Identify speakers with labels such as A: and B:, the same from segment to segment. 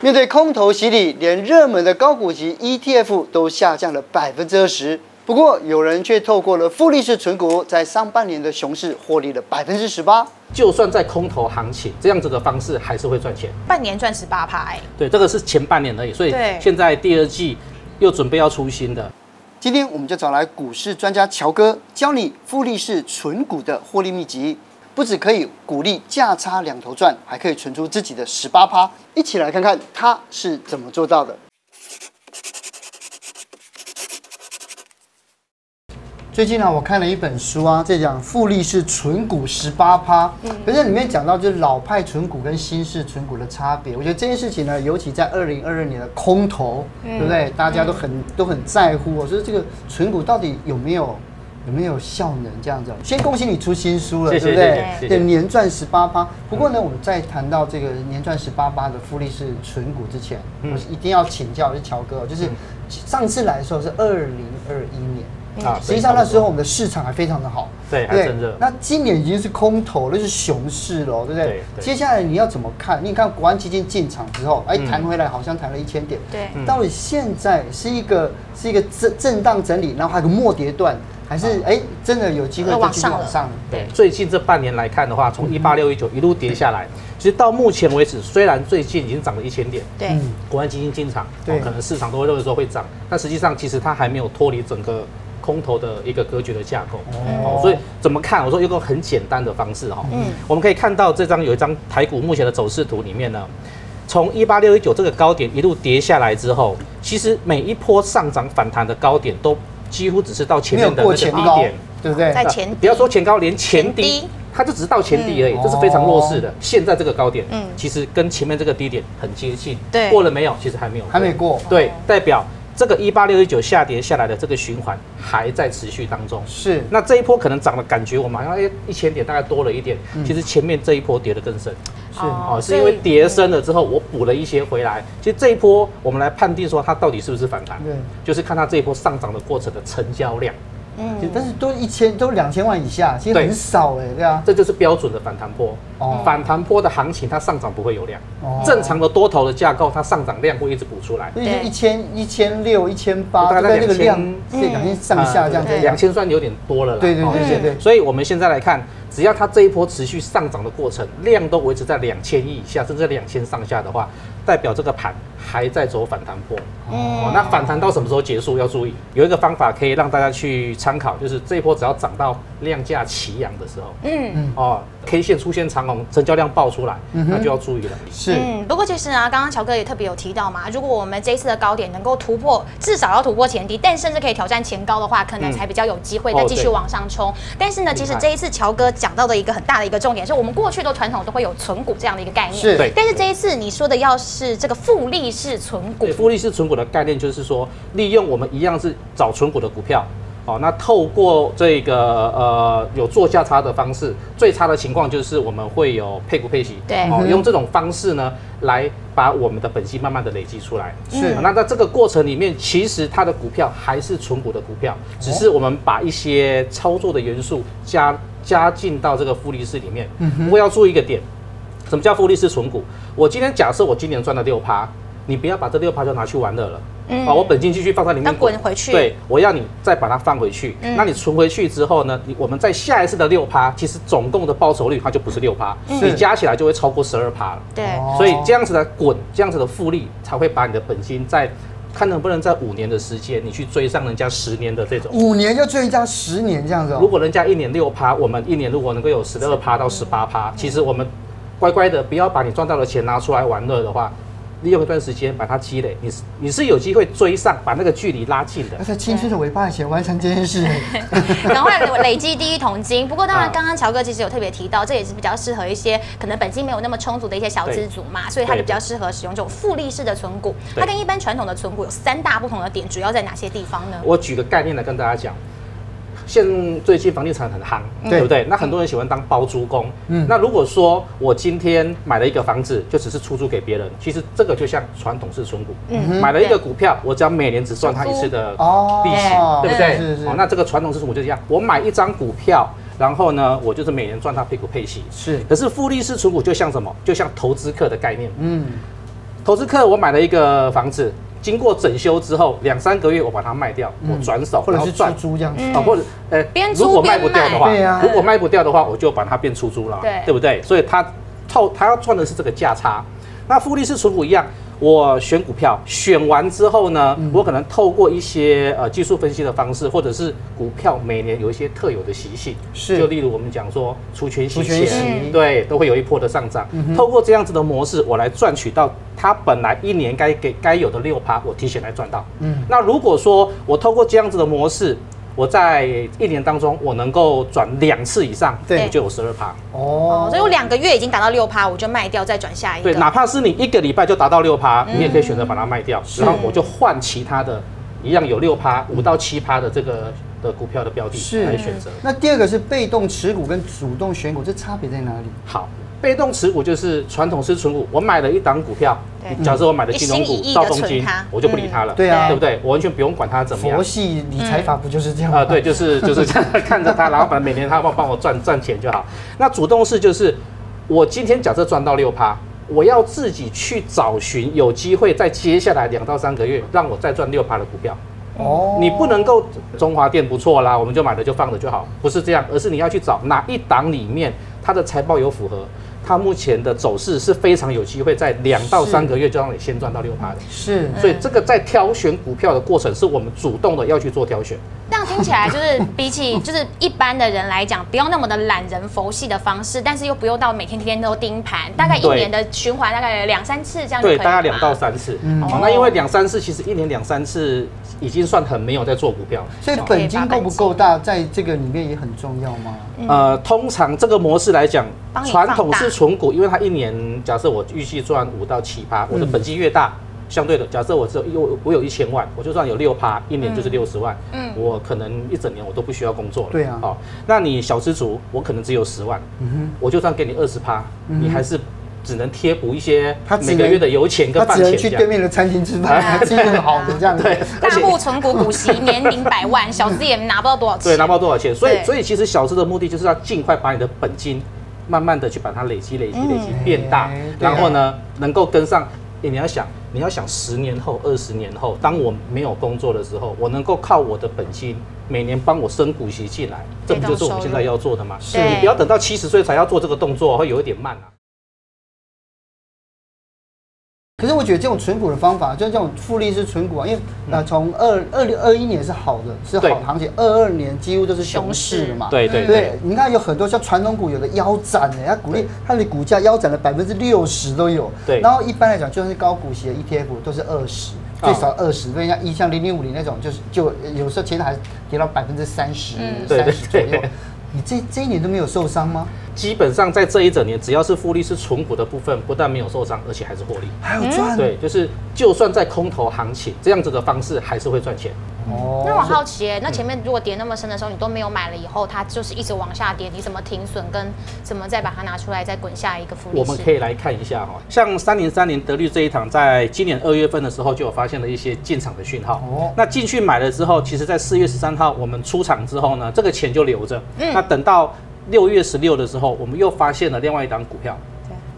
A: 面对空头洗礼，连热门的高股息 ETF 都下降了百分之二十。不过，有人却透过了复利式存股，在上半年的熊市获利了百分之十八。
B: 就算在空头行情，这样子的方式还是会赚钱。
C: 半年赚十八趴，哎，
B: 对，这个是前半年而已，所以
C: 对
B: 现在第二季又准备要出新的。
A: 今天我们就找来股市专家乔哥，教你复利式存股的获利秘籍，不只可以鼓励价差两头赚，还可以存出自己的十八趴。一起来看看他是怎么做到的。最近呢、我看了一本书啊，在讲复利式存股十八趴，可是里面讲到就是老派存股跟新式存股的差别。我觉得这件事情呢，尤其在二零二二年的空头，对不对？大家都很、都很在乎、哦，就是这个存股到底有没有有没有效能这样子。先恭喜你出新书了，
B: 谢谢
A: 对不对？
B: 谢谢嗯
A: 对
B: 谢谢
A: 年赚十八趴。不过呢，我们在谈到这个年赚十八趴的复利式存股之前，
B: 嗯
A: 我是一定要请教，就是乔哥哦，就是上次来的时候是二零二一年。
B: 啊
A: 嗯实际上那时候我们的市场还非常的好，
B: 对
A: 不
B: 还真热
A: 那今年已经是空头了，就是熊市了，对不对
B: 对？对
A: 接下来你要怎么看？你看国安基金进场之后，哎，弹回来好像弹了一千点，
C: 对
B: 嗯
A: 到底现在是一个是一个震震荡整理，然后还有个末跌段，还是
B: 啊
A: 哎真的有机会
C: 又
A: 再
C: 往
A: 继续
C: 上
A: 往
C: 了
A: 上？
B: 对，最近这半年来看的话，从一八六一九一路跌下来，其实到目前为止，虽然最近已经涨了一千点，
C: 对，
B: 嗯国安基金进场，
A: 对
B: 哦，可能市场都会认为说会涨，但实际上其实它还没有脱离整个空头的一个格局的架构。哦，所以怎么看？我说有个很简单的方式哈、哦，嗯，我们可以看到这张有一张台股目前的走势图里面呢，从一八六一九这个高点一路跌下来之后，其实每一波上涨反弹的高点都几乎只是到前
A: 没有
B: 面的那
A: 过
B: 个
A: 前
B: 低
A: 高
B: 点。，
A: 对不对？
C: 在
B: 那
C: 前低
B: 呃不要说前高，连前
C: 前
B: 低
C: 低，
B: 它就只是到前低而已，
A: 嗯
B: 这是非常弱势的。现在这个高点，
C: 嗯
B: 嗯，其实跟前面这个低点很接近。
C: 对
B: 过了没有？其实还没有，
A: 还没。过，
B: 对，代表这个一八六一九下跌下来的这个循环还在持续当中。
A: 是
B: 那这一波可能涨的感觉，我们好像哎一千点大概多了一点，
A: 嗯
B: 其实前面这一波跌得更深。
A: 是
B: 哦，是因为跌升了之后，我补了一些回来。其实这一波我们来判定说它到底是不是反弹，
A: 对
B: 就是看它这一波上涨的过程的成交量。
C: 嗯
A: 但是都一千都两千万以下，其实
B: 对
A: 很少哎，对啊，
B: 这就是标准的反弹波。
A: 哦
B: 反弹波的行情，它上涨不会有量。
A: 哦
B: 正常的多头的架构，它上涨量会一直补出来。
A: 所以就一千一千六一千八，
B: 大
A: 就
B: 概嗯
A: 在那个
B: 2000
A: 量，
C: 嗯
A: 对，两千上下这样子
C: 对。
B: 两千算有点多了啦。
A: 对对
B: 哦
A: 对对对
B: 所以我们现在来看，只要它这一波持续上涨的过程，量都维持在两千亿以下，甚至两千上下的话，代表这个盘还在走反弹波。哦，
C: 嗯
B: 那反弹到什么时候结束要注意？有一个方法可以让大家去参考，就是这一波只要涨到量价齐扬的时候，
C: 嗯
B: 哦，K 线出现长红，成交量爆出来，
A: 嗯
B: 那就要注意了。
A: 是
C: 嗯，不过其实啊，刚刚乔哥也特别有提到嘛，如果我们这一次的高点能够突破，至少要突破前低，但甚至可以挑战前高的话，可能
B: 嗯
C: 才比较有机会
B: 哦
C: 再继续
B: 对
C: 往上冲。但是呢，其实
B: 厉害
C: 这一次乔哥讲到的一个很大的一个重点是，我们过去都传统都会有存股这样的一个概念，
A: 是
B: 对
C: 但是这一次你说的要是这个复利式存股
B: 对，，复利式存股的概念就是说，利用我们一样是找存股的股票，哦，那透过这个呃有做价差的方式，最差的情况就是我们会有配股配息，
C: 对
B: 哦
A: 嗯，
B: 用这种方式呢来把我们的本金慢慢的累积出来。
A: 是
B: 哦那在这个过程里面，其实它的股票还是存股的股
C: 哦
B: 票，只是我们把一些操作的元素加加进到这个复利式里面。
C: 嗯
B: 不过要注意一个点，什么叫复利式存股？我今天假设我今年赚了六趴，你不要把这六趴就拿去玩乐了。
C: 嗯
B: 把我本金继续放在里面
C: 要滚回去嗯
B: 对，我要你再把它放回去。那你存回去之后呢？你我们在下一次的六趴，其实总共的报酬率它就不是六趴，
C: 嗯
A: 是
B: 你加起来就会超过十二趴了。
C: 对。
A: 哦
B: 所以这样子的滚，这样子的复利，才会把你的本金在看能不能在五年的时间，你去追上人家十年的这种。
A: 五年就追加十年这样子哦。
B: 如果人家一年六趴，我们一年如果能够有十二趴到十八趴，其实我们乖乖的，不要把你赚到的钱拿出来玩乐的话，利用一段时间把它积累，你是你是有机会追上，把那个距离拉近的
A: 那。在青春的尾巴以前完成这件事，
C: 赶快累积第一桶金。不过当然，
B: 啊
C: 刚刚乔哥其实有特别提到，这也是比较适合一些可能本金没有那么充足的一些小资族嘛，所以它就比较适合使用这种复利式的存股。
B: 对
C: 它跟一般传统的存股有三大不同的点，主要在哪些地方呢？
B: 我举个概念来跟大家讲。现最近房地产很夯，
A: 嗯对
B: 对不对？那很多人喜欢当包租公。
A: 嗯
B: 那如果说我今天买了一个房子，就只是出租给别人，其实这个就像传统式存股，
C: 嗯
B: 买了一个股票，我只要每年只赚它一次的
A: 哦
B: 利息，对不对？
A: 是是是
B: 哦，那这个传统式存股就是这样，我买一张股票，然后呢，我就是每年赚它配股配息。
A: 是
B: 可是复利式存股就像什么？就像投资客的概念，
A: 嗯，
B: 投资客我买了一个房子，经过整修之后两三个月我把它卖掉，我转手
A: 嗯或者
B: 然后
A: 是出
B: 赚
A: 租这样子。
B: 啊，或者呃
C: 边，租
B: 如果卖不掉的话
A: 边卖对啊，
B: 如果卖不掉的话，我就把它变出租了，
C: 对
B: 对不对？所以它套它要赚的是这个价差。那复利式存股一样，我选股票选完之后呢，
A: 嗯
B: 我可能透过一些呃技术分析的方式，或者是股票每年有一些特有的习性，
A: 是
B: 就例如我们讲说除权息
A: 除权息
B: 前，对，都会有一波的上涨。
A: 嗯
B: 透过这样子的模式，我来赚取到它本来一年该给该有的六趴，我提前来赚到。
A: 嗯，
B: 那如果说我透过这样子的模式，我在一年当中我能够转两次以上，
A: 对
B: 我就有十二趴。
A: 哦
C: 哦，所以我两个月已经达到六趴，我就卖掉再转下一个。
B: 对，哪怕是你一个礼拜就达到六趴，
A: 嗯
B: 你也可以选择把它卖掉，然后我就换其他的，一样有六趴、五到七趴的这个的股票的标的
A: 是
B: 来选择。
A: 那第二个是被动持股跟主动选股，这差别在哪里？
B: 好，被动持股就是传统式存股，我买了一档股票
C: 对，
B: 假设我买了金融
C: 一心一
B: 股、
C: 意地
B: 兆丰
C: 存
B: 金
C: 它，
B: 我就不理它了，
A: 嗯嗯对啊
B: 对不对？我完全不用管它怎么样
A: 佛。系理财法不就是这样吗？
B: 啊，对，就是就是这样 看着他，然后反正每年他帮帮我赚赚钱就好。那主动式就是，我今天假设赚到六趴，我要自己去找寻有机会在接下来两到三个月让我再赚六趴的股票。
A: 哦
B: 你不能够中华电不错啦，我们就买了就放了就好，不是这样，而是你要去找哪一档里面它的财报有符合，它目前的走势是非常有机会在两到三个月就让你先赚到六趴的。
A: 是
B: 所以这个在挑选股票的过程，是我们主动的要去做挑选。
C: 这样听起来就是比起就是一般的人来讲，不要那么的懒人佛系的方式，但是又不用到每天天天都盯盘，大概一
B: 对
C: 年的循环大概两三次这样就可
B: 对，
C: 以了
B: 大
C: 吧。
B: 概两到三次。好，那因为两三次，其实一年两三次已经算很没有在做股票了。
A: 所以本金够不够大，在这个里面也很重要吗？
B: 呃，通常这个模式来讲
C: 嗯帮，你
B: 传
C: 放
B: 统
C: 大
B: 是存股，因为它一年假设我预计赚五到七趴，我的
C: 嗯
B: 本金越大，相对的，假设我只有一我我有一千万，我就算有六趴，一年就是六十万，嗯，我可能一整年我都不需要工作了。
A: 对啊嗯
B: 好，那你小资族，我可能只有十万，我就算给你二十趴，你还是只能贴补一些
A: 他只
B: 每个
A: 能
B: 月的油钱跟
A: 他
B: 饭
A: 只
B: 钱
A: 能
B: 这
A: 去
B: 样
A: 对面的餐厅吃 饭，啊吃一顿好的这样子。
B: 对，而
C: 大
B: 且。
C: 户存股股息年领百万，小资也拿不到多少
B: 对，
C: 钱。
B: 拿不到多少钱。所以
C: 对，
B: 所以其实小资的目的就是要尽快把你的本金，慢慢的去把它累积、累积、累积变大
A: 嗯哎，对啊
B: 然后呢，能够跟上。诶你要想，你要想十年后、二十年后，当我没有工作的时候，我能够靠我的本金每年帮我升股息进来，这不就是我们现在要做的吗？
A: 是
B: 你不要等到七十岁才要做这个动作，会有一点慢啊。
A: 可是我觉得这种存股的方法，就这种复利式存股啊，因为呃，从二二零二一年是好的，是
B: 嗯对
A: 好行情，二二年几乎都是熊市了嘛。
B: 对对对
A: 对，你看有很多像传统股，有的腰斩的，它股利它的股价腰斩了百分之六十都有。
B: 对
A: 然后一般来讲，就算是高股息的 ETF 都是二十。
B: 哦
A: 最少二十，所以像一像零零五零那种，就是就有时候其实还跌到百分之三十、
B: 对
A: 三
B: 对
A: 十左右
B: 对。
A: 你这这一年都没有受伤吗？
B: 基本上在这一整年，只要是复利是存股的部分，不但没有受伤，而且还是获利。
A: 还有赚、
B: 嗯对，就是就算在空头行情这样子的方式，还是会赚钱。
A: 哦
C: 那我好奇耶、那
B: 嗯
C: 前面如果跌那么深的时候，你都没有买了，以后它就是一直往下跌，你怎么停损，跟怎么再把它拿出来，再滚下一个复利？
B: 我们可以来看一下哈、像三零三零德律这一档，在今年二月份的时候就有发现了一些进场的讯号。
A: 哦
B: 哦，那进去买了之后，其实在四月十三号我们出场之后呢，这个钱就留着。
C: 嗯
B: 那等到六月十六的时候，我们又发现了另外一档股票。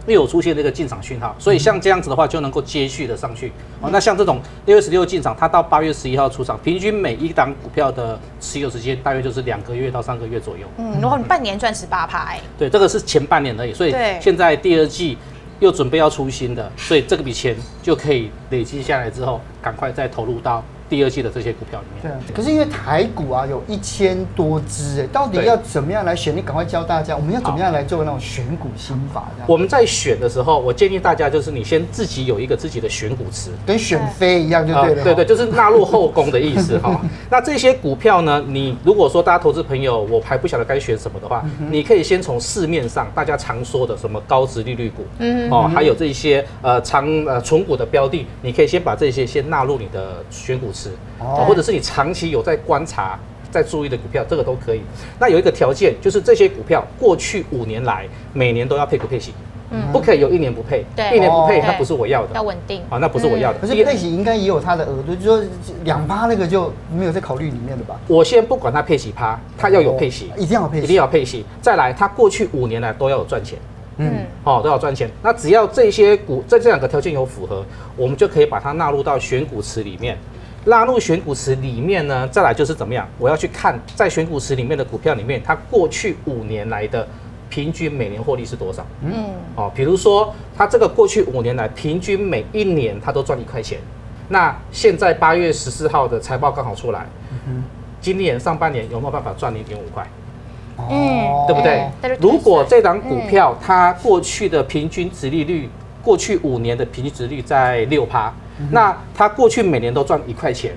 B: 又有出现这个进场讯号，所以像这样子的话就能够接续的上去。
C: 嗯
B: 哦，那像这种六月十六进场，它到八月十一号出场，平均每一档股票的持有时间大约就是两个月到三个月左右。
C: 嗯，然后你半年赚十八趴，哎、
B: 对，这个是前半年而已，所以
C: 对
B: 现在第二季又准备要出新的，所以这个笔钱就可以累积下来之后，赶快再投入到第二季的这些股票里
A: 对
B: 面。
A: 啊，可是因为台股啊有一千多只哎，到底
B: 对
A: 要怎么样来选？你赶快教大家，我们要怎么样来做那种选股心法这样，
B: 我们在选的时候，我建议大家就是你先自己有一个自己的选股池。
A: 跟选妃一样就
B: 啊
A: 对了。
B: 对对，就是纳入后宫的意思 哈。那这些股票呢，你如果说大家投资朋友，我还不晓得该选什么的
A: 嗯
B: 话，你可以先从市面上大家常说的什么高值利率股，
A: 嗯
B: 哦，还有这些呃长呃存股的标的，你可以先把这些先纳入你的选股池，
A: 哦
B: 哦，或者是你长期有在观察。在注意的股票，这个都可以。那有一个条件，就是这些股票过去五年来每年都要配股配息，不可以有一年不配，
C: 对
B: 一年不配
A: 嗯哦
B: 它不是我要的，
C: 要稳定。
B: 啊，那不是我要的。
A: 可是佩奇应该也有它的额度，就说两趴那个就没有在考虑里面的吧？
B: 我先不管它配息趴，它要有配息
A: 哦，一定要有配息
B: 一定要有配息。再来，它过去五年来都要有赚钱。
C: 嗯，
B: 哦，都要赚钱。那只要这些股在这两个条件有符合，我们就可以把它纳入到选股池里面。纳入选股池里面呢，再来就是怎么样？我要去看在选股池里面的股票里面，它过去五年来的平均每年获利是多少？嗯，哦，比如说它这个过去五年来平均每一年它都赚一块钱，那现在八月十四号的财报刚好出来，今年上半年有没有办法赚零点五块？
A: 哦
B: 对不对
C: 但是？
B: 如果这档
A: 嗯
B: 股票它过去的平均值利率，过去五年的平均值率在六趴，
A: 嗯
B: 那它过去每年都赚一块钱，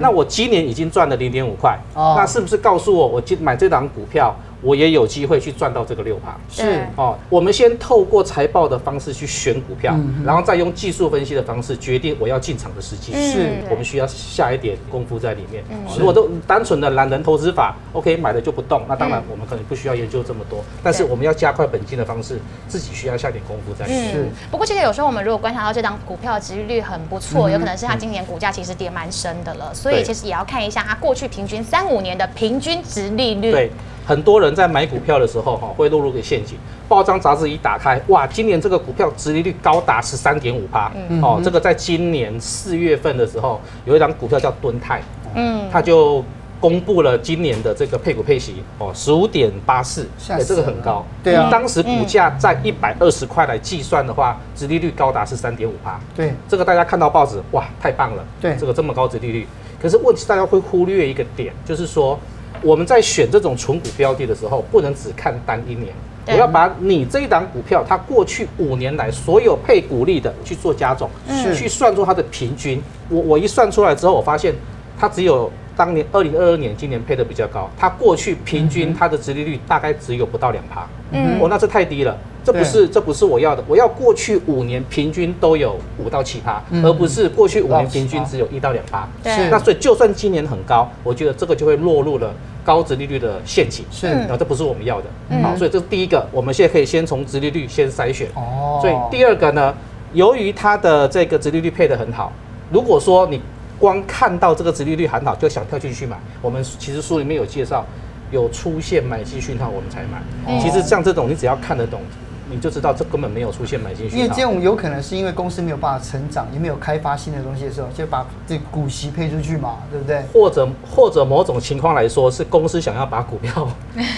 B: 那我今年已经赚了零点五块，
A: 哦
B: 那是不是告诉我我今买这档股票，我也有机会去赚到这个六趴？
A: 是
B: 哦，我们先透过财报的方式去选股票，
A: 嗯
B: 然后再用技术分析的方式决定我要进场的时机。
C: 嗯
A: 是
C: 对
B: 我们需要下一点功夫在里面。
C: 嗯
B: 哦
A: 是
B: 如果都单纯的懒人投资法，OK，买了就不动，那当然我们可能不需要研究这么多，但是
C: 嗯对
B: 我们要加快本金的方式，自己需要下点功夫在里面。
A: 是
C: 嗯，不过其实有时候我们如果观察到这档股票的值率很不
B: 嗯
C: 错，有可能是它今年股价其实跌蛮深的了，所以
B: 对
C: 其实也要看一下它过去平均三五年的平均值利率。
B: 对，很多人在买股票的时候哈，会落入一个陷阱。报章杂志一打开，哇，今年这个股票殖利率高达十三点五趴，
C: 嗯
A: 嗯
B: 哦，这个在今年四月份的时候，有一档股票叫敦泰，
C: 嗯，
B: 它就公布了今年的这个配股配息哦，十五点八四，
A: 吓
B: 哎，这个
A: 死
B: 很
A: 了
B: 高。
A: 对啊
B: 以当时
C: 嗯
B: 股价在一百二十块来计算的话，殖利率高达是三点五趴。
A: 对，
B: 这个大家看到报纸，哇，太棒了，
A: 对
B: 这个这么高值利率。可是问题，大家会忽略一个点，就是说我们在选这种纯股标的的时候，不能只看单一年，我
C: 对
B: 要把你这一档股票它过去五年来所有配股利的去做加总，
A: 是
B: 去算出它的平均。我我一算出来之后，我发现它只有。当年二零二二年，今年配的比较高，它过去平均它的殖利率大概只有不到两趴，
C: 嗯
B: 哦，那这太低了，这不
A: 对
B: 是这不是我要的，我要过去五年平均都有五到七趴，
A: 嗯
B: 而不是过去五
A: 到
B: 年平均
A: 7%
B: 只有一到两趴。
A: 是
C: 对，
B: 那所以就算今年很高，我觉得这个就会落入了高值利率的陷阱，
A: 是
B: 然后这不是我们要的。
C: 嗯
B: 好，所以这是第一个，我们现在可以先从值利率先筛选。
A: 哦
B: 所以第二个呢，由于它的这个殖利率配得很好，如果说你光看到这个殖利率很好就想跳进去买，我们其实书里面有介绍，有出现买进讯号我们才买。
A: 嗯
B: 其实像这种你只要看得懂，你就知道这根本没有出现买进
A: 因为
B: 讯
A: 这
B: 号。
A: 种有可能是因为公司没有办法成长，也没有开发新的东西的时候，就把这股息配出去嘛，对不对？
B: 或者或者某种情况来说，是公司想要把股票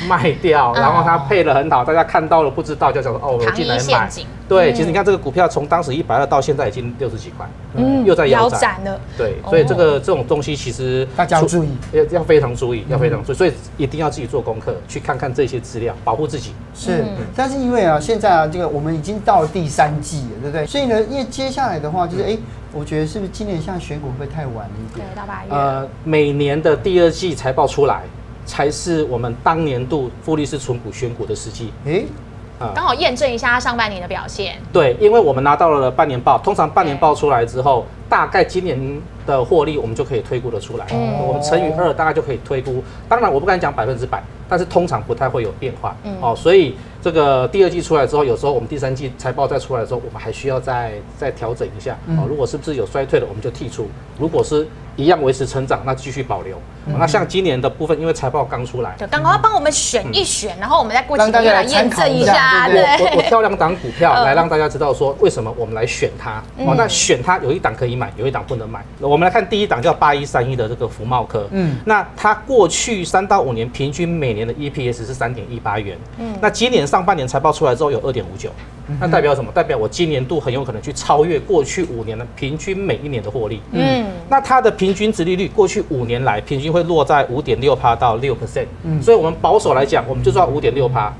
B: 卖掉，
A: 啊
B: 然后它配得很好，大家看到了不知道就想说哦，我
C: 糖
B: 进
C: 衣
B: 来
C: 陷
B: 买。
C: 阱，
B: 对，其实你看这个股票从当时一百二到现在已经六十几块，
A: 嗯
B: 又在腰
C: 嗯腰
B: 斩。
C: 斩了。
B: 对，所以这个、这种东西其实
A: 大家要
B: 出
A: 注意，嗯
B: 要要非常注意，要非常注意，所以一定要自己做功课，去看看这些资料，保护自己。
A: 是
C: 嗯，
A: 但是因为啊，现在啊，这个我们已经到了第三季了，对不对？所以呢，因为接下来的话，就是哎、我觉得是不是今年像选股会不会太晚了一
C: 对
A: 点？，
C: 到八月。
B: 呃，每年的第二季财报出来，才是我们当年度富力士存股选股的时机
A: 哎、
B: 啊。
C: 刚好验证一下它上半年的表现，
B: 对，因为我们拿到了半年报，通常半年报出来之后，大概今年的获利我们就可以推估的出来，
C: 嗯
B: 我们乘以二大概就可以推估。当然我不敢讲百分之百，但是通常不太会有变化。哦，所以这个第二季出来之后，有时候我们第三季财报再出来的时候，我们还需要再再调整一下。哦，如果是不是有衰退的，我们就剔除；如果是一样维持成长，那继续保留。哦那像今年的部分，因为财报刚出来，
C: 就刚刚帮我们选一
B: 嗯
C: 选，然后我们再过几
A: 让大
C: 个
A: 家
C: 月
A: 来
C: 来验证一
A: 参考一下
C: 下，
A: 对
B: 我我我
C: 对，
B: 挑两档股票
C: 嗯
B: 来让大家知道说为什么我们来选它。哦，那选它有一档可以买，有一档不能买。我们来看第一档叫八一三一的这个福茂科，
A: 嗯
B: 嗯，那它过去三到五年平均每年的 EPS 是三点一八元，嗯，那今年上半年财报出来之后有二点五九，那代表什么？代表我今年度很有可能去超越过去五年的平均每一年的获利，嗯。
C: 嗯，
B: 那它的平均值利率过去五年来平均会落在五点六趴到六 percent，
A: 嗯
B: 所以我们保守来讲，我们就算五点六趴，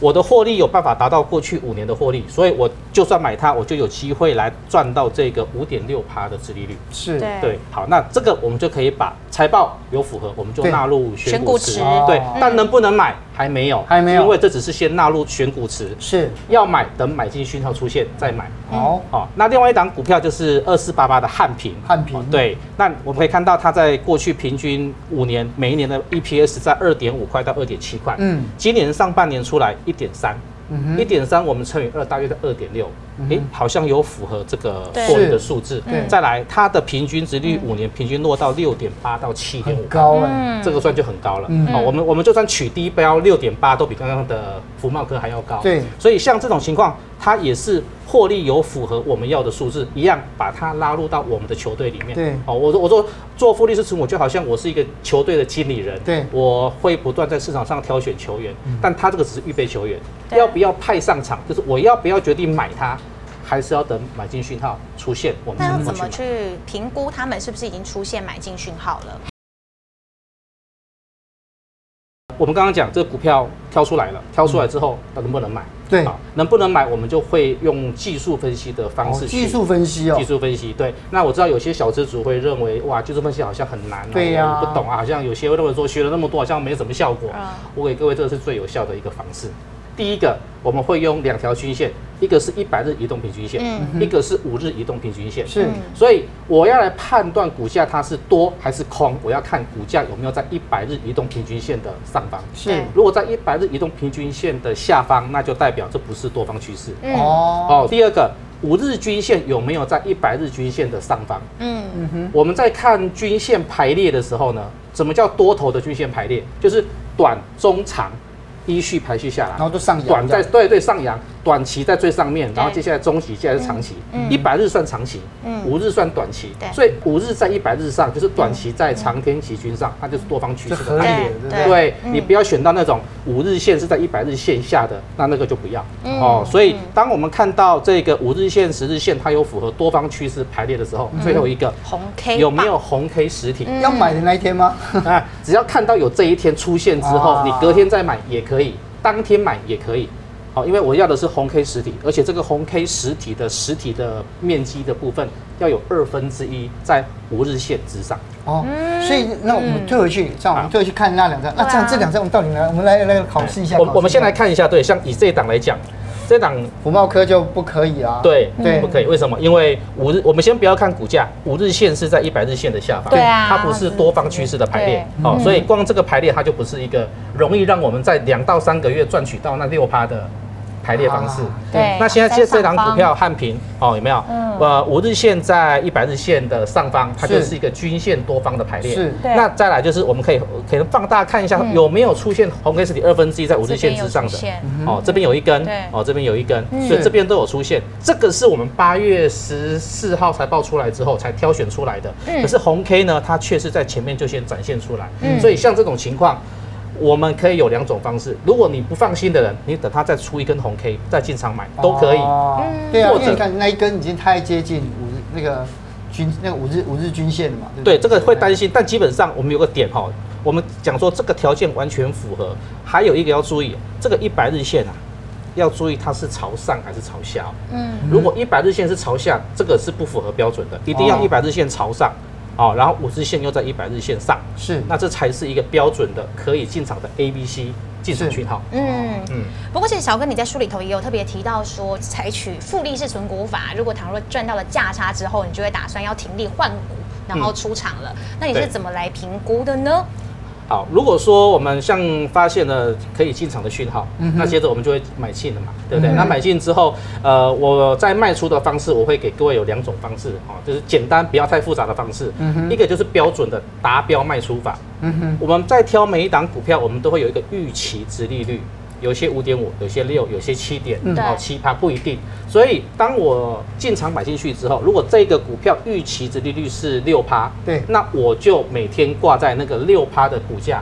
B: 我的获利有办法达到过去五年的获利，所以我就算买它，我就有机会来赚到这个五点六趴的值利率。
A: 是，
C: 对
B: 对，好，那这个我们就可以把财报有符合，我们就
A: 对
B: 纳入选
C: 选股
B: 股
C: 池
B: 池
A: 哦。嗯
B: 对，但能不能买还没有，
A: 还没有
B: 因为这只是先纳入选股池，
A: 是，
B: 要买等买进讯号出现再买。
A: 好，
B: 哦，那另外一档股票就是二四八八的汉平，哦
A: 汉平
B: 对，那我们可以看到它在过去平均五年每一年的 EPS 在二点五块到二点七块，
A: 嗯
B: 今年上半年出来一点三，
A: 嗯
B: 一点三我们乘以二大约在二点六，诶，好像有符合这个
C: 对
B: 过去的数字
A: 对。
B: 再来，它的平均值率五年平均落到六点八到七点五
A: 很，高哎、
B: 这个算就很高了。
A: 嗯
B: 好，我们我们就算取低标六点八，都比刚刚的福茂科还要高。
A: 对
B: 所以像这种情况，它也是获利有符合我们要的数字，一样把它拉入到我们的球队里面。
A: 对
B: 哦，我说我说做复利是持股，就好像我是一个球队的经理人，
A: 对嗯
B: 我会不断在市场上挑选球员，但他这个只是预备球员，
C: 对
B: 要不要派上场，就是我要不要决定买它，还是要等买进讯号出现，我们才
C: 那要
B: 能够
C: 怎
B: 去
C: 么
B: 买。
C: 去评估他们是不是已经出现买进讯号了？
B: 我们刚刚讲这个股票挑出来了，挑出来之后，那能不能买？
A: 嗯对
B: 好，能不能买，我们就会用技术分析的方式
A: 哦
B: 去、
A: 技术分析哦
B: 技，术分析。对，那我知道有些小资主会认为，哇，技术分析好像很难、哦，
A: 对呀嗯
B: 我不懂啊，好像有些会认为说学了那么多，好像没什么效果。
C: 啊
B: 我给各位，这个是最有效的一个方式。第一个，我们会用两条均线，一个是一百日移动平均线，
C: 嗯
B: 一个是五日移动平均线。
A: 是
B: 所以我要来判断股价它是多还是空，我要看股价有没有在一百日移动平均线的上方。
A: 是
B: 如果在一百日移动平均线的下方，那就代表这不是多方趋势。
C: 嗯
A: 哦，
B: 哦，第二个，五日均线有没有在一百日均线的上方？
C: 嗯，
A: 嗯哼，
B: 我们在看均线排列的时候呢，什么叫多头的均线排列？就是短、中、长依序排序下来
A: 然。后就上扬，
B: 短在对对上扬，短期在最上面，然后
C: 对
B: 接下来中期，接下来是长期
C: 嗯，
B: 一百日算长期
C: 嗯，
B: 五日算短期
C: 对，嗯
B: 所以五日在一百日上，就是短期在长天期均上，它就是多方趋势
A: 就
B: 的
A: 合
B: 概
A: 理
B: 念。
A: 了，对不对？
B: 对
C: 嗯
B: 你不要选到那种五日线是在一百日线下的，那那个就不要、
C: 嗯
B: 哦。所以
C: 嗯
B: 当我们看到这个五日线、十日线它有符合多方趋势排列的时
C: 嗯
B: 候，最后一个
C: 红 K
B: 有没有红 K 实体？
C: 嗯
A: 要买的那一天吗？
B: 啊，只要看到有这一天出现之后
A: 啊，
B: 你隔天再买也可以，当天买也可以。好，因为我要的是红 K 实体，而且这个红 K 实体的实体的面积的部分要有二分之一在五日线之上。
A: 哦，所以那我们退回去，这
B: 嗯
A: 样我们退回去看那两张，那这样
C: 对啊
A: 这两张我们到底来，我们来来考试一下。
B: 我
A: 考试一下
B: 我们先来，看一下，对，像以这一档来讲，这档
A: 福茂科就不可以啦。
B: 对
A: 对
B: 不可以，为什么？因为五日，我们先不要看股价，五日线是在一百日线的下方，
C: 对啊
B: 它不是多方趋势的排列，
C: 对嗯
B: 哦，所以光这个排列它就不是一个容易让我们在两到三个月赚取到那六趴的排列方式。
A: 啊
C: 对
B: 那现在这这档
C: 在上
B: 股票汉平哦，有没有？
C: 嗯
B: 呃，五日线在一百日线的上方，它
A: 是
B: 就是一个均线多方的排列。
A: 是
C: 对
B: 那再来就是我们可以可能放大看一下有没有出现红 K 实体二分之一在五
C: 这
B: 日线
C: 边有
B: 之上
C: 出
B: 的。
C: 现，嗯
B: 哦，这边有一根
C: 对，
B: 哦，这边有一根，
C: 嗯
B: 所以这边都有出现。这个是我们八月十四号财报出来之后才挑选出来的，
C: 嗯
B: 可是红 K 呢，它却是在前面就先展现出来，
C: 嗯
B: 所以像这种情况。我们可以有两种方式，如果你不放心的人，你等它再出一根红 K 再进场买都可以。
A: 哦
C: 嗯
A: 对啊，
B: 或
A: 因
B: 者
A: 为你看那一根已经太接近五日那个均那个五日五日均线了嘛。不
B: 对，这个会担心，但基本上我们有个点哈，我们讲说这个条件完全符合。还有一个要注意，这个一百日线啊，要注意它是朝上还是朝下哦。
C: 嗯，
B: 如果一百日线是朝下，这个是不符合标准的，一定要
A: 哦
B: 一百日线朝上，哦，然后五日线又在一百日线上，
A: 是
B: 那这才是一个标准的可以进场的 A、B、C 进场讯号。
C: 嗯，
B: 嗯，
C: 不过其实小哥你在书里头也有特别提到说，采取复利式存股法，如果倘若赚到了价差之后，你就会打算要停利换股，然后出场了。那你是
B: 对
C: 怎么来评估的呢？
B: 好，如果说我们像发现了可以进场的讯号，
A: 嗯哼
B: 那接着我们就会买进了嘛，对不对？
A: 嗯哼
B: 那买进之后，呃，我在卖出的方式，我会给各位有两种方式哦，就是简单不要太复杂的方式，
A: 嗯哼
B: 一个就是标准的达标卖出法，
A: 嗯哼，
B: 我们在挑每一档股票，我们都会有一个预期值利率，有些五点五，有些六，有些七点，
A: 嗯
B: 哦
C: 对，
B: 七趴不一定。所以当我进场买进去之后，如果这个股票预期值利率是六趴，
A: 对
B: 那我就每天挂在那个六趴的股价，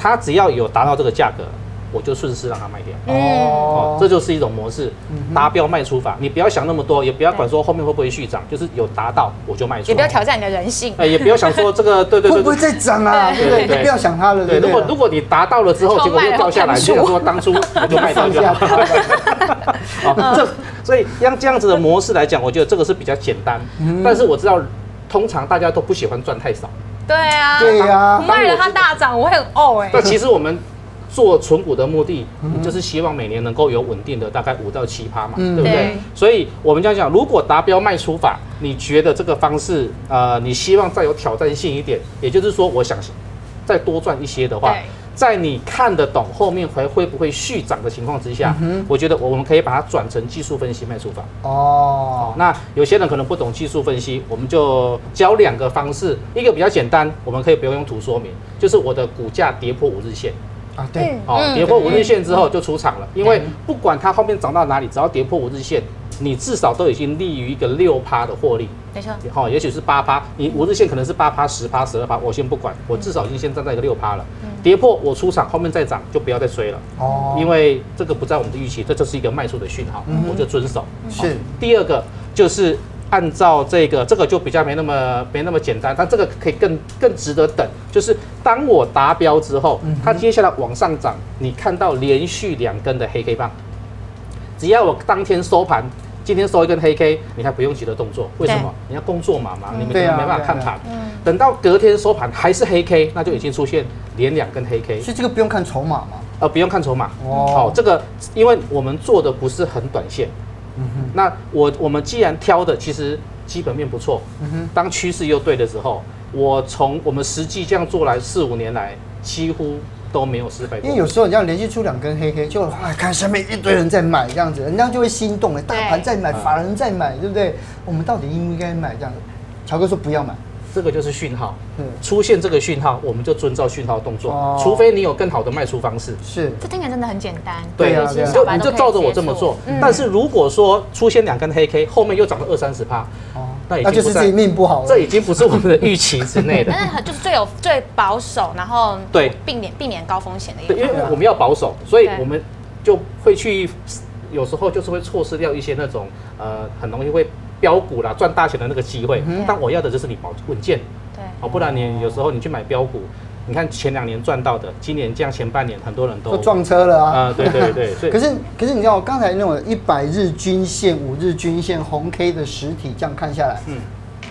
B: 它只要有达到这个价格，我就顺势让它卖掉。
C: 嗯
B: 哦，这就是一种模式，
A: 嗯
B: 达标卖出法。你不要想那么多，也不要管说后面会不会续涨，就是有达到我就卖出。
C: 也不要挑战你的人性。
B: 哎，也不要想说这个，对对
A: 会
B: 对
A: 不会
B: 对。
A: 再涨啊？
C: 对
A: 对不对？
B: 对
A: 就不要想它了。
B: 对，
A: 不
B: 如果如果你达到了之后，
C: 超
B: 结果又掉下来，
C: 卖了啊
B: 你就想说当初我就卖掉
A: 放
B: 就
A: 下
B: 好。 哦，这所以像这样子的模式来讲，我觉得这个是比较简单。但是我知道，通常大家都不喜欢赚太少。
C: 对啊，
A: 对呀
C: 卖了它大涨，我会很呕哎、
B: 但其实我们做存股的目的，就是希望每年能够有稳定的大概五到七趴嘛，
A: 嗯
B: 对不对
C: 对？
B: 所以我们这样讲，如果达标卖出法，你觉得这个方式，呃，你希望再有挑战性一点，也就是说，我想再多赚一些的话
C: 对，
B: 在你看得懂后面还会不会续涨的情况之下，我觉得我们可以把它转成技术分析卖出法。
A: 哦，
B: 那有些人可能不懂技术分析，我们就教两个方式，一个比较简单，我们可以不用用图说明，就是我的股价跌破五日线，
A: 啊对，
B: 哦，
C: 嗯
B: 跌破五日线之后就出场
A: 嗯
B: 了，因为不管它后面涨到哪里，只要跌破五日线，你至少都已经立于一个六趴的获利。
C: 没错，
B: 好、也许是八趴，你五日线可能是八趴、十趴、十二趴，我先不
A: 嗯
B: 管，我至少已经先站在一个六趴了。跌破我出场，后面再涨就不要再追了，
A: 哦，
B: 因
A: 为
B: 为这个不在我们的预期，这就是一个卖出的讯号，
A: 嗯哼
B: 我就遵守。
A: 是
B: 第二个就是按照这个，这个就比较没那么没那么简单，但这个可以更更值得等。就是当我达标之后，
A: 嗯
B: 它接下来往上涨，你看到连续两根的黑 K 棒，只要我当天收盘。今天收一根黑 K，你还不用急的动作，为什么
C: 对？
B: 你要工作嘛嘛，你们
A: 对啊
B: 没办
A: 对
B: 法
A: 啊
B: 看
A: 对啊
B: 盘。
C: 嗯
B: 等到隔天收盘还是黑 K，那就已经出现连两根黑 K。
A: 所以这个不用看筹码嘛，
B: 呃，不用看筹码。
A: 哦
B: 哦，这个因为我们做的不是很短线。
A: 嗯
B: 那我我们既然挑的其实基本面不错，
A: 嗯
B: 当趋势又对的时候，我从我们实际这样做来四五年来，几乎都没有失败过。
A: 因为有时候你这样连续出两根黑黑，就哇看下面一堆人在买这样子，人家就会心动了，大
C: 对
A: 盘在买，法人在买，对不对？我们到底应不应该买这样子？乔哥说不要买，
B: 这个就是讯号，
A: 嗯，
B: 出现这个讯号，我们就遵照讯号动作，
A: 哦
B: 除非你有更好的卖出方式。
A: 是
C: 这听起来真的很简单，
A: 对啊
B: 你
C: 其实
A: 对啊
C: 小
B: 就
C: 白
B: 你就
C: 都可以
B: 照着我
C: 接
B: 这么
C: 触
B: 做。
C: 嗯
B: 但是如果说出现两根黑 K，后面又涨了二三十趴，
A: 哦，
B: 那已
A: 那就
B: 经
A: 是
B: 不在
A: 自己命不好了。
B: 这已经不是我们的预期之内 的。
C: 但是很就是最有最保守，然后
B: 对
C: 避免避免高风险的一
B: 对，因
C: 个。
B: 为
A: 对啊
B: 我们要保守，所以
C: 对
B: 我们就会去，有时候就是会错失掉一些那种呃很容易会标股啦赚大钱的那个机会。但我要的就是你保稳健，
C: 对，
B: 哦，不然你有时候你去买标股，你看前两年赚到的，今年这样前半年很多人都
A: 都撞车了啊！
B: 啊，对对对，所以
A: 可是可是你知道，刚才那种一百日均线、五日均线、红 K 的实体这样看下来，嗯
B: 嗯，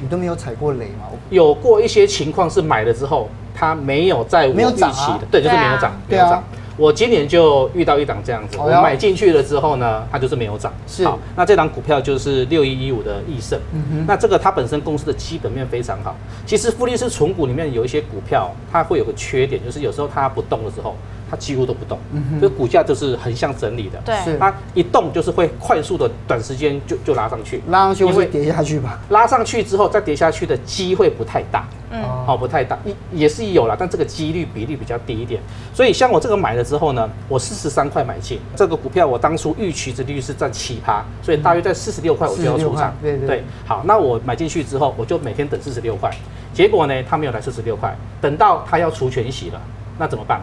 A: 你都没有踩过雷嘛？我
B: 有过一些情况是买了之后，它没有在我
A: 没有
B: 预期
A: 涨
B: 的，
A: 啊
B: 对，就是
C: 对啊
B: 没有涨，没
A: 对
B: 有
A: 啊
B: 涨。我今年就遇到一档这样子，
A: 哎
B: 我
A: 呦
B: 买进去了之后呢，它就是没有涨。
A: 是嗯
B: 好，那这档股票就是六一一五的易盛，那这个它本身公司的基本面非常好。其实富力士纯股里面有一些股票，它会有个缺点，就是有时候它不动的时候，它几乎都不动，
A: 嗯
B: 所以股价就是横向整理的。
C: 对
A: 是
B: 它一动就是会快速的短时间就就拉上去，
A: 拉上去
B: 因
A: 会
B: 为
A: 跌下去吧？
B: 拉上去之后再跌下去的机会不太大。
A: 嗯，
B: 哦，不太大，也也是有啦，但这个几率比例比较低一点。所以像我这个买了之后呢，我四十三块买进这个股票，我当初预期值率是占七趴，所以大约在四十六块我就要
A: 46
B: 出
A: 块
B: 场。
A: 对对
B: 好，那我买进去之后，我就每天等四十六块。结果呢，他没有来四十六块，等到他要除权息了，那怎么办？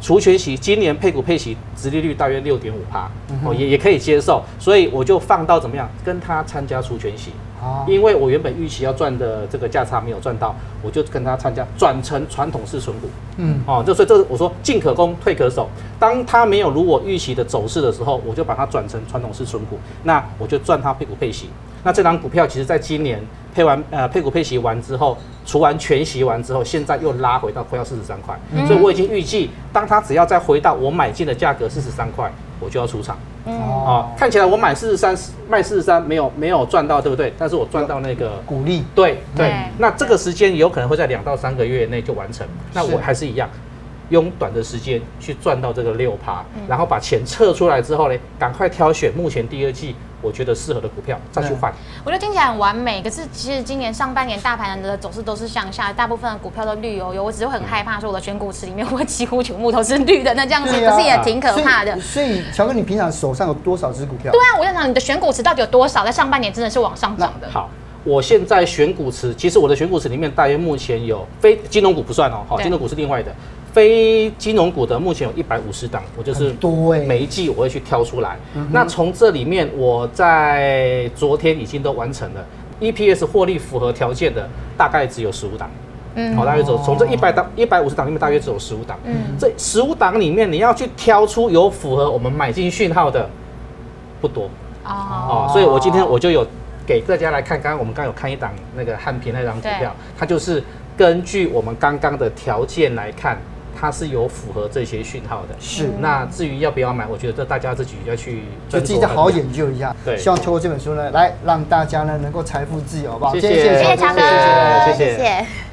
B: 除权息今年配股配息，殖利率大约六点五趴，
A: 嗯
B: 哦，也也可以接受，所以我就放到怎么样，跟他参加除权息。
A: 啊，
B: 因为我原本预期要赚的这个价差没有赚到，我就跟他参加转成传统式存股。
A: 嗯，
B: 哦，这所以这是我说进可攻退可守。当它没有如我预期的走势的时候，我就把它转成传统式存股，那我就赚它配股配息。那这张股票其实在今年配完呃配股配息完之后，除完全息完之后，现在又拉回到快要四十三块，所以我已经预计，当它只要再回到我买进的价格四十三块，我就要出场。
C: 嗯
B: 哦，
A: 哦，
B: 看起来我买四十三，卖四十三，没有没有赚到，对不对？但是我赚到那个，
A: 鼓励
B: 对对
C: 对。
B: 那这个时间有可能会在两到三个月内就完成。那
A: 是
B: 我还是一样，用短的时间去赚到这个六趴，然后把钱撤出来之后呢，赶快挑选目前第二季我觉得适合的股票再去换。
C: 我觉得听起来很完美，可是其实今年上半年大盘的走势都是向下，大部分的股票都绿油油，我只是会很害怕说我的选股池里面会几乎全部都是绿的，那这样子
A: 对啊啊
C: 不是也挺可怕的？
A: 所以，所以乔哥，你平常手上有多少只股票？
C: 对啊，我想想你的选股池到底有多少在上半年真的是往上涨的？
B: 好，我现在选股池，其实我的选股池里面大约目前有非金融股不算哦，好，
C: 对
B: 金融股是另外的。非金融股的目前有一百五十档，我就是
A: 很多欸嗯
B: 每一季我会去挑出来。那从这里面，我在昨天已经都完成了 EPS 获利符合条件的，大概只有十五档。
C: 嗯
B: 好、大约走
A: 哦
B: 从这一百档、一百五十档里面，大约只有十五档。
A: 嗯
B: 这十五档里面，你要去挑出有符合我们买进讯号的，不多。
C: 哦，
B: 哦，所以我今天我就有给大家来看，刚刚我们刚刚有看一档那个汉平那档股票，它就是根据我们刚刚的条件来看，它是有符合这些讯号的。
A: 是
B: 那至于要不要买，我觉得这大家自己要去
A: 就
B: 斟
A: 自
B: 酌
A: 己再好好研究一下。
B: 对
A: 希望透过这本书呢，来让大家呢能够财富自由，好不好？
B: 谢谢
A: 今天
C: 谢
A: 谢
C: 谢
A: 小
C: 强
B: 强
C: 哥
B: 哥，
A: 谢谢谢谢
B: 谢谢
C: 谢。